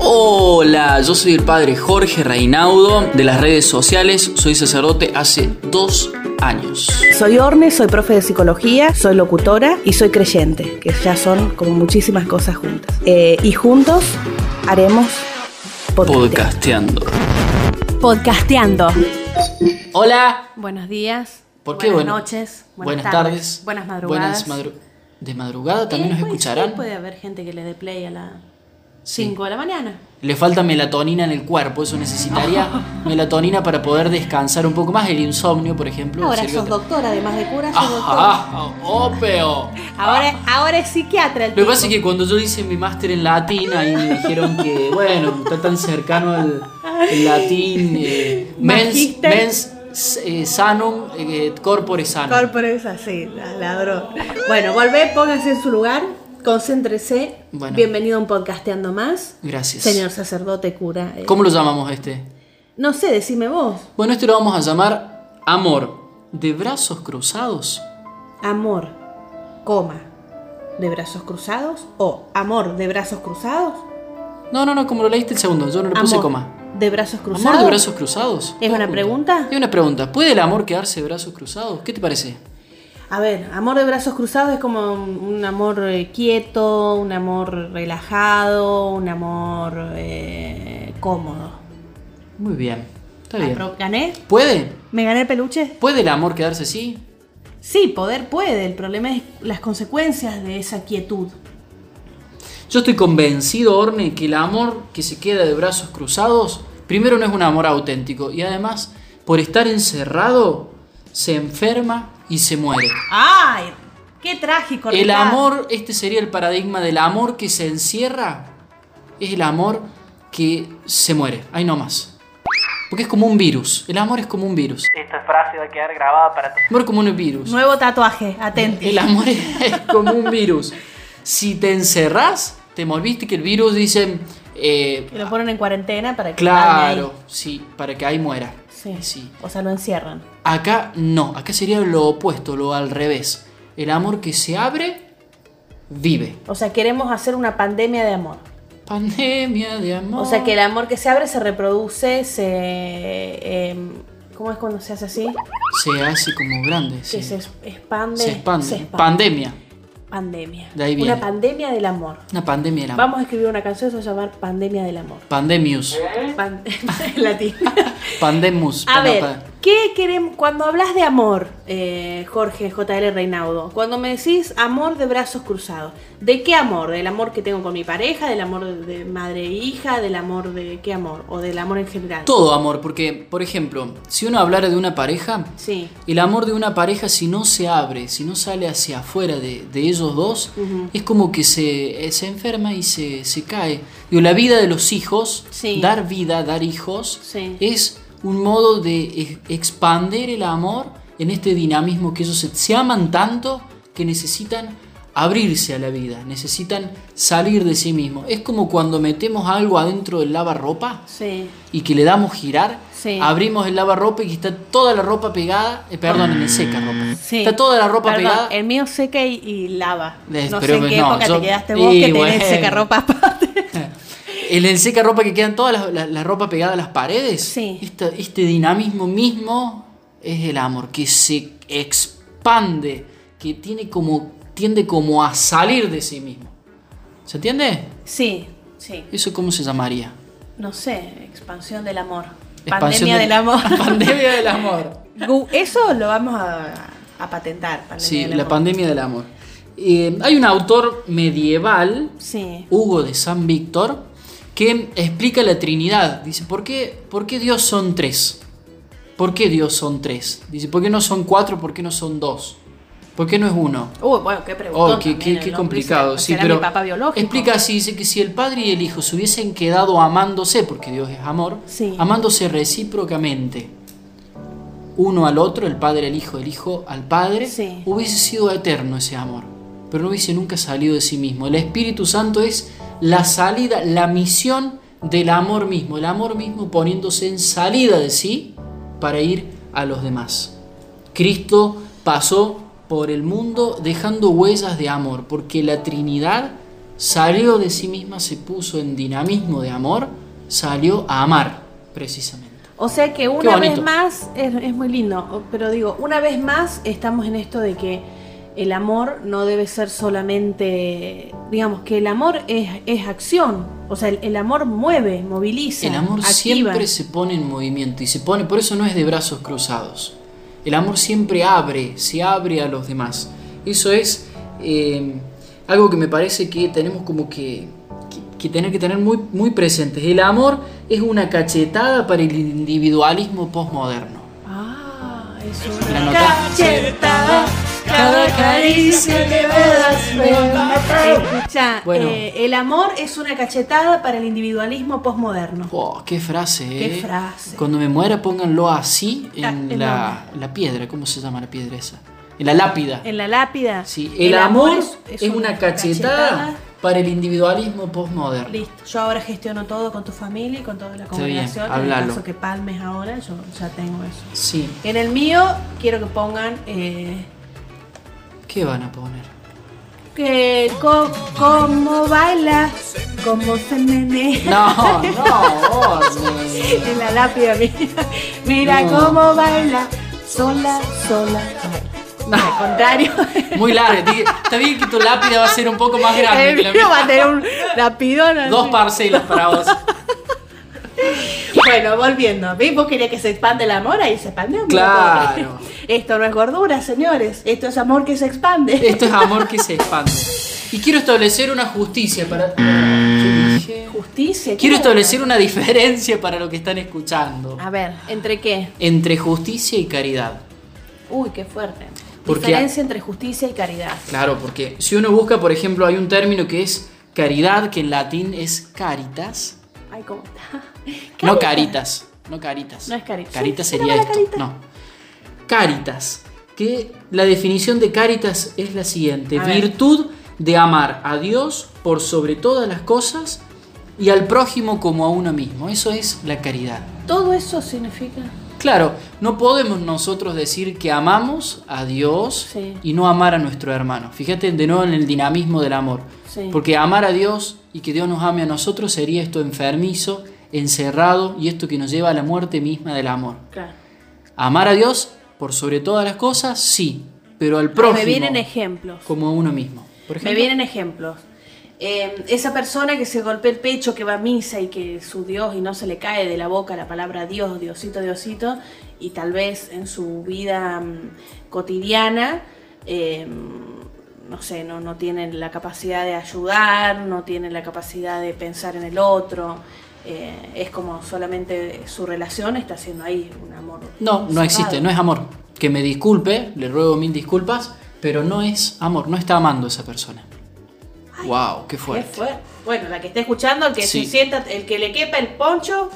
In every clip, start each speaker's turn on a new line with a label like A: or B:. A: Hola, yo soy el padre Jorge Reinaudo de las redes sociales, soy sacerdote hace dos años.
B: Soy Orne, soy profe de psicología, soy locutora y soy creyente, que ya son como muchísimas cosas juntas. Eh, y juntos haremos podcast.
A: Podcasteando.
C: Podcasteando.
A: Hola.
C: Buenos días.
A: ¿Por qué?
C: Buenas
A: bueno?
C: noches.
A: Buenas, tardes.
C: Buenas madrugadas.
A: Buenas madru- ¿De madrugada también
C: Eh,
A: nos
C: puede ser,
A: escucharán?
C: Puede haber gente que le dé play a las
A: Sí.
C: 5 de la mañana.
A: Le falta melatonina en el cuerpo, eso necesitaría melatonina para poder descansar un poco más. El insomnio, por ejemplo. Ah,
C: Ahora
A: sería
C: sos
A: otra-
C: doctora, además de cura, sos doctora.
A: Ajá, opeo.
C: Ahora, ahora es psiquiatra el
A: Lo que
C: tipo.
A: pasa es que cuando yo hice mi máster en latín, ahí me dijeron que, bueno, está tan cercano al el latín. eh, mens,
C: Magister.
A: mens eh, sanum, eh, corpore sanum.
C: Corporesa, sí, la- ladrón. Bueno, volvé, póngase en su lugar, concéntrese.
A: Bueno.
C: Bienvenido a un podcasteando más.
A: Gracias.
C: Señor sacerdote, cura. eh,
A: ¿Cómo lo llamamos a este?
C: No sé, decime vos.
A: Bueno, este lo vamos a llamar Amor de brazos cruzados.
C: Amor, coma, de brazos cruzados o amor de brazos cruzados.
A: No, no, no, como lo leíste el segundo, yo no le puse
C: amor
A: coma.
C: de brazos cruzados.
A: ¿Amor de brazos cruzados?
C: ¿Es una pregunta?
A: Es una pregunta. ¿Puede el amor quedarse de brazos cruzados? ¿Qué te parece?
C: A ver, amor de brazos cruzados es como un un amor eh, quieto, un amor relajado, un amor eh, cómodo.
A: Muy bien. Está bien.
C: Apro- ¿Gané?
A: ¿Puede?
C: ¿Me gané el peluche?
A: ¿Puede el amor quedarse así?
C: Sí, poder puede. El problema es las consecuencias de esa quietud.
A: Yo estoy convencido, Orne, que el amor que se queda de brazos cruzados, primero no es un amor auténtico y además, por estar encerrado, se enferma y se muere.
C: ¡Ay! ¡Qué trágico!
A: El
C: Ricardo!
A: amor, este sería el paradigma del amor que se encierra, es el amor que se muere, ahí nomás. Porque es como un virus, el amor es como un virus.
D: Esta frase va a quedar grabada para
A: El amor es como un virus.
C: Nuevo tatuaje, atenti.
A: El amor es es como un virus. Si te encerrás, te volviste que el virus dice... eh,
C: Que lo ponen en cuarentena para que ande
A: claro,
C: ahí.
A: sí, para que ahí muera.
C: Sí.
A: Sí.
C: O sea, lo encierran.
A: Acá no, acá sería lo opuesto, lo al revés. El amor que se abre, vive.
C: O sea, queremos hacer una pandemia de amor.
A: Pandemia de amor.
C: O sea, que el amor que se abre se reproduce, se... em, ¿Cómo es cuando se hace así?
A: se hace como grande. sí.
C: Que se es- expande.
A: Se expande.
C: se expande.
A: Pandemia.
C: Pandemia.
A: De ahí viene.
C: Una pandemia del amor.
A: Una pandemia del amor.
C: Vamos a escribir una canción, se va a llamar Pandemia del Amor.
A: Pandemius.
C: Pan- en latín.
A: Pandemus.
C: A
A: Bueno,
C: ver,
A: pa-
C: ¿qué queremos? Cuando hablas de amor, eh, Jorge JL Reinaudo, cuando me decís amor de brazos cruzados, ¿de qué amor? ¿Del amor que tengo con mi pareja? ¿Del amor de madre e hija? ¿Del amor de qué amor? ¿O del amor en general?
A: Todo amor, porque, por ejemplo, si uno hablara de una pareja,
C: Sí.
A: el amor de una pareja, si no se abre, si no sale hacia afuera de, de ellos dos, es como que se, eh, se enferma y se, se cae. Digo, la vida de los hijos,
C: Sí.
A: dar vida, dar hijos,
C: Sí.
A: es un modo de e- expander el amor en este dinamismo que ellos se, se aman tanto que necesitan abrirse a la vida, necesitan salir de sí mismos. Es como cuando metemos algo adentro del lavarropa
C: Sí.
A: y que le damos girar,
C: Sí.
A: abrimos el lavarropa y que está toda la ropa pegada, eh, perdón, en el seca ropa.
C: Sí.
A: Está toda la ropa
C: Perdón,
A: pegada.
C: El mío seca y, y lava.
A: Eh,
C: no
A: pero
C: sé en qué
A: no,
C: época
A: yo-
C: te quedaste vos que
A: y
C: tenés
A: bueno.
C: secarropa aparte.
A: En el seca ropa que quedan todas las la, la ropa pegada a las paredes.
C: Sí.
A: Esta- este dinamismo mismo es el amor que se expande, que tiene como tiende como a salir de sí mismo. ¿Se entiende?
C: Sí, sí.
A: Eso cómo se llamaría?
C: No sé, expansión del amor.
A: Expansión
C: pandemia
A: de-
C: del amor.
A: Pandemia del amor.
C: Gu- Eso lo vamos a, a patentar. pandemia
A: Sí,
C: del
A: la
C: amor.
A: pandemia del amor. Eh, hay un autor medieval
C: Sí.
A: Hugo de San Víctor, que explica la Trinidad. Dice, ¿por qué, por qué Dios son tres? ¿Por qué Dios son tres? Dice, ¿por qué no son cuatro? ¿Por qué no son dos? ¿Por qué no es uno?
C: Uy, Uh, bueno, qué
A: Oh,
C: preguntón
A: qué,
C: también,
A: qué-
C: el
A: qué
C: hombre
A: complicado,
C: será-
A: sí,
C: será
A: pero
C: mi papá biológico.
A: explica así, dice que si el padre y el hijo se hubiesen quedado amándose, porque Dios es amor,
C: Sí.
A: amándose recíprocamente, uno al otro, el padre al hijo, el hijo al padre,
C: Sí.
A: hubiese sido eterno ese amor, pero no hubiese nunca salido de sí mismo. El Espíritu Santo es la salida, la misión del amor mismo, el amor mismo poniéndose en salida de sí para ir a los demás. Cristo pasó por el mundo dejando huellas de amor, porque la Trinidad salió de sí misma, se puso en dinamismo de amor, salió a amar, precisamente.
C: O sea que una
A: bonito.
C: vez más, es, es muy lindo, pero digo, una vez más estamos en esto de que el amor no debe ser solamente, digamos, que el amor es, es acción, o sea, el, el amor mueve, moviliza.
A: El amor
C: activa.
A: siempre se pone en movimiento y se pone, por eso no es de brazos cruzados. El amor siempre abre, se abre a los demás. Eso es eh, algo que me parece que tenemos como que, que- que tener que tener muy, muy presentes. El amor es una cachetada para el individualismo posmoderno.
C: Ah, eso.
A: La nota.
C: Cachetada, cada caricia que me das me mata. Escucha,
A: Bueno.
C: eh, el amor es una cachetada para el individualismo posmoderno.
A: Oh, qué frase, eh.
C: Qué frase.
A: Cuando me muera pónganlo así en
C: Ah, en
A: la, la piedra, ¿cómo se llama la piedra esa? En la lápida.
C: En la lápida.
A: Sí, el, amor, es, una cachetada, para el individualismo postmoderno.
C: Listo, yo ahora gestiono todo con tu familia y con toda la
A: bien,
C: congregación. En el
A: háblalo.
C: caso que palmes ahora, yo ya tengo eso.
A: Sí,
C: En el mío quiero que pongan eh,
A: ¿qué van a poner?
C: que co- cómo baila, cómo se menea.
A: No, no, orden.
C: En la lápida, mira, mira
A: No.
C: cómo baila, sola, sola, sola.
A: No.
C: Al contrario,
A: Muy largo. di- Está bien que tu lápida va a ser un poco más grande.
C: el
A: que la
C: mío
A: mía.
C: va a tener un lapidón. así.
A: Dos parcelas para vos.
C: Bueno, volviendo, ¿ves? Vos querías que se expande el amor, ahí se expande. mira,
A: Claro.
C: pobre. Esto no es gordura, señores, esto es amor que se expande.
A: Esto es amor que se expande. Y quiero establecer una justicia para. ¿Qué dije?
C: Justicia.
A: Quiero
C: ¿qué?
A: establecer una diferencia para lo que están escuchando
C: A ver, ¿entre qué?
A: entre justicia y caridad.
C: Uy, qué fuerte.
A: Porque-
C: Diferencia entre justicia y caridad.
A: Claro, porque si uno busca, por ejemplo, hay un término que es caridad, que en latín es caritas.
C: Ay, cómo.
A: No caritas, no caritas.
C: No es caritas.
A: Caritas
C: Sí,
A: sería
C: era
A: esto,
C: la carita.
A: no. Caritas, que la definición de caritas es la siguiente,
C: A ver.
A: virtud de amar a Dios por sobre todas las cosas y al prójimo como a uno mismo. Eso es la caridad.
C: Todo eso significa.
A: Claro, no podemos nosotros decir que amamos a Dios
C: Sí.
A: y no amar a nuestro hermano. Fíjate de nuevo en el dinamismo del amor.
C: Sí.
A: Porque amar a Dios y que Dios nos ame a nosotros sería esto enfermizo, encerrado y esto que nos lleva a la muerte misma del amor.
C: Claro.
A: Amar a Dios por sobre todas las cosas, sí, pero al prójimo
C: Me vienen ejemplos.
A: como a uno mismo. Por
C: Me
A: ejemplo,
C: vienen ejemplos. Eh, esa persona que se golpea el pecho, que va a misa y que su Dios y no se le cae de la boca la palabra Dios, Diosito, Diosito, y tal vez en su vida mm, cotidiana, eh, no sé, no, no tienen la capacidad de ayudar, no tienen la capacidad de pensar en el otro. eh, es como solamente su relación está siendo ahí un amor.
A: no, no
C: cerrado.
A: existe, no es amor. Que me disculpe, le ruego mil disculpas, pero no es amor, no está amando a esa persona. wow, qué
C: Qué
A: fuerte.
C: fuerte. Bueno, la que esté escuchando, el que
A: Sí.
C: se sienta, el que le quepa el poncho,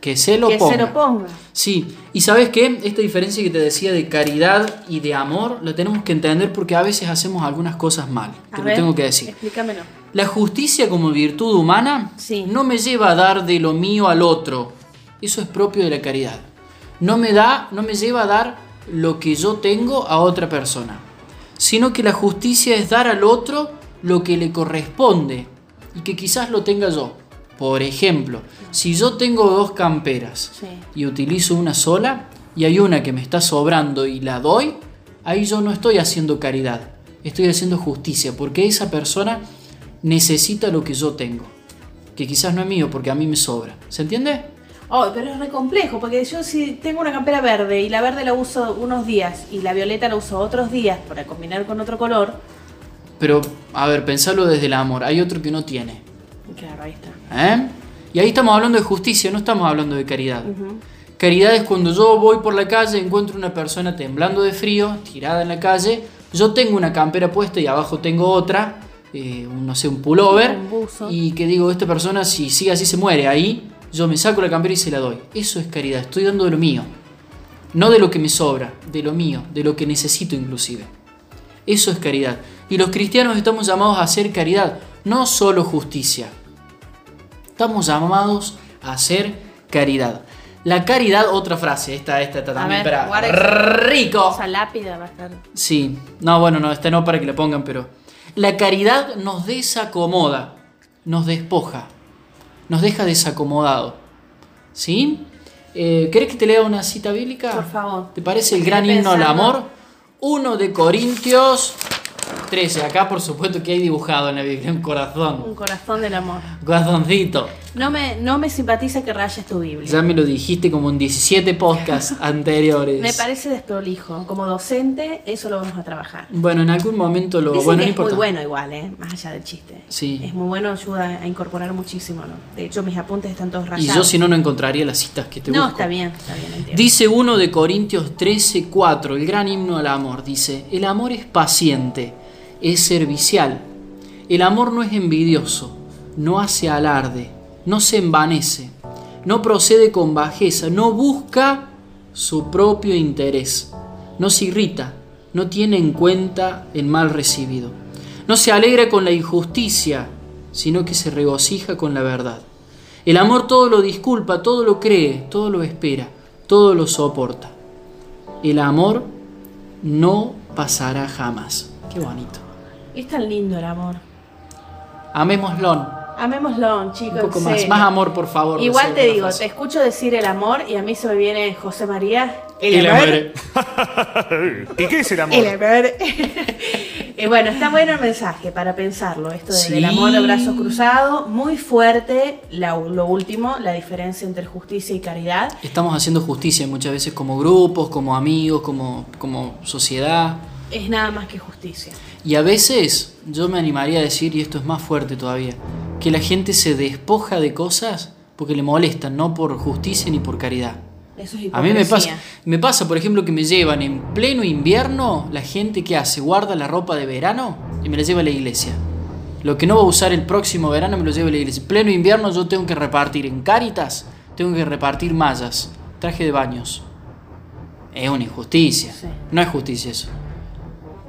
A: Que se lo
C: que
A: ponga.
C: se lo ponga.
A: Sí, y sabes qué, esta diferencia que te decía de caridad y de amor, la tenemos que entender porque a veces hacemos algunas cosas mal,
C: A
A: te lo
C: ver,
A: tengo que decir.
C: Explícamelo.
A: La justicia como virtud humana
C: Sí.
A: no me lleva a dar de lo mío al otro, eso es propio de la caridad. No me da, no me lleva a dar lo que yo tengo a otra persona, sino que la justicia es dar al otro lo que le corresponde y que quizás lo tenga yo. Por ejemplo, si yo tengo dos camperas,
C: Sí.
A: y utilizo una sola y hay una que me está sobrando y la doy, ahí yo no estoy haciendo caridad, estoy haciendo justicia, porque esa persona necesita lo que yo tengo, que quizás no es mío porque a mí me sobra. ¿Se entiende?
C: Oh, pero es re complejo, porque yo si tengo una campera verde y la verde la uso unos días y la violeta la uso otros días para combinar con otro color.
A: Pero, a ver, pensarlo desde el amor, hay otro que no tiene.
C: Claro, ahí está.
A: ¿eh? Y ahí estamos hablando de justicia, no estamos hablando de caridad. Caridad es cuando yo voy por la calle, encuentro una persona temblando de frío, tirada en la calle, yo tengo una campera puesta y abajo tengo otra, eh, un, no sé, un pullover,
C: Un buzo.
A: y que digo, esta persona si sigue así se muere ahí, yo me saco la campera y se la doy. Eso es caridad, estoy dando de lo mío, no de lo que me sobra, de lo mío, de lo que necesito inclusive. Eso es caridad. Y los cristianos estamos llamados a hacer caridad, no solo justicia. Estamos llamados a hacer caridad. La caridad, otra frase, esta, esta, esta
C: A
A: también,
C: ver,
A: para
C: guarda esa-
A: rico.
C: Esa lápida va a estar.
A: este Sí, no, bueno, no, esta no para que la pongan, pero La caridad nos desacomoda, nos despoja, nos deja desacomodado. ¿Sí? Eh, ¿Querés que te lea una cita bíblica?
C: Por favor.
A: ¿Te parece el
C: Estoy
A: gran himno al
C: pensando.
A: amor? 1 de Corintios 13. Acá, por supuesto, que hay dibujado en la Biblia un corazón.
C: Un corazón del amor.
A: Corazoncito.
C: No me, no me simpatiza que rayes tu Biblia.
A: Ya me lo dijiste como en 17 podcasts anteriores.
C: Me parece desprolijo. Como docente, eso lo vamos a trabajar.
A: Bueno, en algún momento lo.
C: Dicen
A: bueno,
C: que
A: no
C: es muy
A: importa.
C: bueno igual, ¿eh? más allá del chiste.
A: Sí.
C: Es muy bueno, ayuda a incorporar muchísimo. ¿no? De hecho, mis apuntes están todos
A: y
C: rayados.
A: yo, si no, no encontraría las citas que te
C: No,
A: busco.
C: está bien, está bien. entiendo.
A: Dice uno de Corintios 13, 4, el gran himno al amor. Dice, el amor es paciente, es servicial. El amor no es envidioso, no hace alarde, no se envanece, no procede con bajeza, no busca su propio interés, no se irrita, no tiene en cuenta el mal recibido. No se alegra con la injusticia, sino que se regocija con la verdad. El amor todo lo disculpa, todo lo cree, todo lo espera, todo lo soporta. El amor no pasará jamás. Qué bonito.
C: Es tan lindo el amor.
A: Amémoslo.
C: Amémoslo, chicos.
A: Un poco
C: en
A: más.
C: serio.
A: Más amor, por favor. decía
C: Igual te
A: una
C: digo,
A: frase.
C: te escucho decir el amor y a mí se me viene José María.
E: El amor. ¿Y qué es el amor?
C: El amor. Eh, bueno, está bueno el mensaje para pensarlo, esto de-
A: Sí.
C: del amor a brazos cruzados, muy fuerte la- lo último, la diferencia entre justicia y caridad.
A: Estamos haciendo justicia muchas veces como grupos, como amigos, como, como sociedad.
C: Es nada más que justicia.
A: Y a veces, yo me animaría a decir, y esto es más fuerte todavía, que la gente se despoja de cosas porque le molestan, no por justicia ni por caridad.
C: Eso es
A: A mí
C: hipocresía.
A: me pasa, me pasa, por ejemplo, que me llevan en pleno invierno la gente que hace, guarda la ropa de verano y me la lleva a la iglesia. Lo que no va a usar el próximo verano me lo lleva a la iglesia. En pleno invierno yo tengo que repartir en Cáritas, tengo que repartir mallas, traje de baños. Es una injusticia.
C: Sí.
A: No es justicia eso.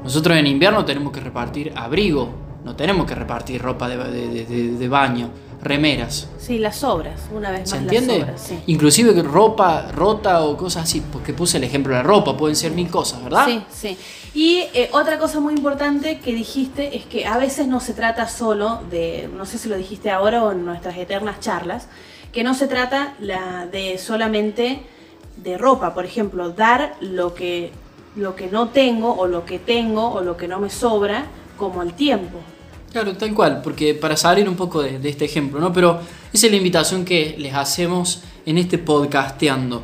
A: Nosotros en invierno tenemos que repartir abrigo, no tenemos que repartir ropa de, ba- de- de- de- de baño, remeras.
C: Sí, las obras, una vez
A: ¿Se
C: más
A: entiende?
C: las obras. Sí.
A: Inclusive que ropa rota o cosas así, porque puse el ejemplo de la ropa, pueden ser mil cosas, ¿verdad?
C: Sí, sí. Y eh, otra cosa muy importante que dijiste es que a veces no se trata solo de, no sé si lo dijiste ahora o en nuestras eternas charlas, que no se trata la de solamente de ropa, por ejemplo, dar lo que lo que no tengo o lo que tengo o lo que no me sobra como el tiempo.
A: Claro, tal cual, porque para salir un poco de, de este ejemplo, ¿no? Pero esa es la invitación que les hacemos en este podcasteando.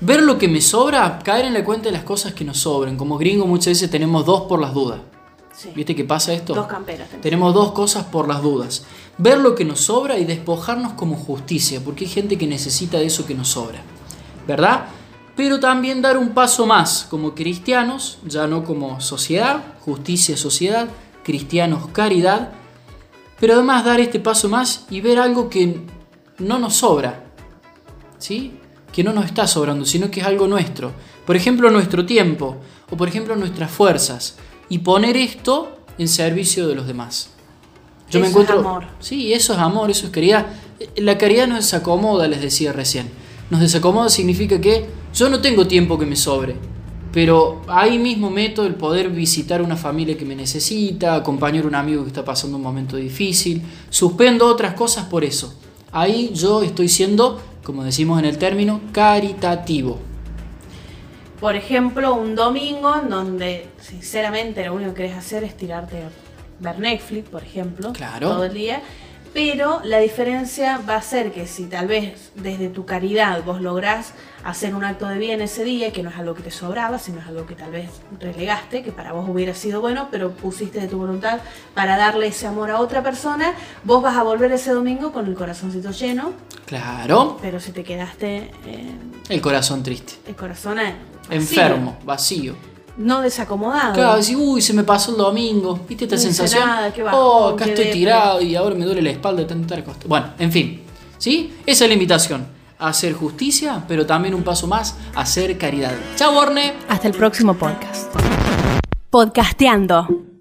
A: Ver lo que me sobra, caer en la cuenta de las cosas que nos sobren. Como gringo muchas veces tenemos dos por las dudas.
C: Sí.
A: ¿Viste qué pasa esto?
C: Dos camperas tenemos.
A: Tenemos dos cosas por las dudas. Ver lo que nos sobra y despojarnos como justicia, porque hay gente que necesita de eso que nos sobra. ¿Verdad? Pero también dar un paso más como cristianos, ya no como sociedad, justicia, sociedad, cristianos, caridad, pero además dar este paso más y ver algo que no nos sobra, ¿sí? Que no nos está sobrando, sino que es algo nuestro. Por ejemplo, nuestro tiempo o por ejemplo nuestras fuerzas y poner esto en servicio de los demás. Yo me
C: Eso es
A: encuentro
C: amor.
A: Sí, eso es amor, eso es caridad. La caridad nos desacomoda, les decía recién. Nos desacomoda significa que yo no tengo tiempo que me sobre, pero ahí mismo meto el poder visitar una familia que me necesita, acompañar a un amigo que está pasando un momento difícil, suspendo otras cosas por eso. Ahí yo estoy siendo, como decimos en el término, caritativo.
C: Por ejemplo, un domingo en donde sinceramente lo único que querés hacer es tirarte a ver Netflix, por ejemplo,
A: Claro.
C: todo el día. Pero la diferencia va a ser que si tal vez desde tu caridad vos lográs hacer un acto de bien ese día, que no es algo que te sobraba, sino es algo que tal vez relegaste, que para vos hubiera sido bueno, pero pusiste de tu voluntad para darle ese amor a otra persona, vos vas a volver ese domingo con el corazoncito lleno,
A: Claro,
C: pero si te quedaste eh,
A: el corazón triste,
C: el corazón eh, vacío
A: enfermo, vacío.
C: no desacomodado.
A: Claro, decís, uy, se me pasó el domingo. ¿Viste esta
C: No hice
A: sensación?
C: nada, qué
A: oh,
C: bajón,
A: acá
C: qué
A: estoy
C: depre".
A: tirado y ahora me duele la espalda de tanto estar acostado. Bueno, en fin. ¿Sí? Esa es la invitación. A hacer justicia, pero también un paso más, a hacer caridad. Chao, Borne.
B: Hasta el próximo podcast.
F: Podcasteando.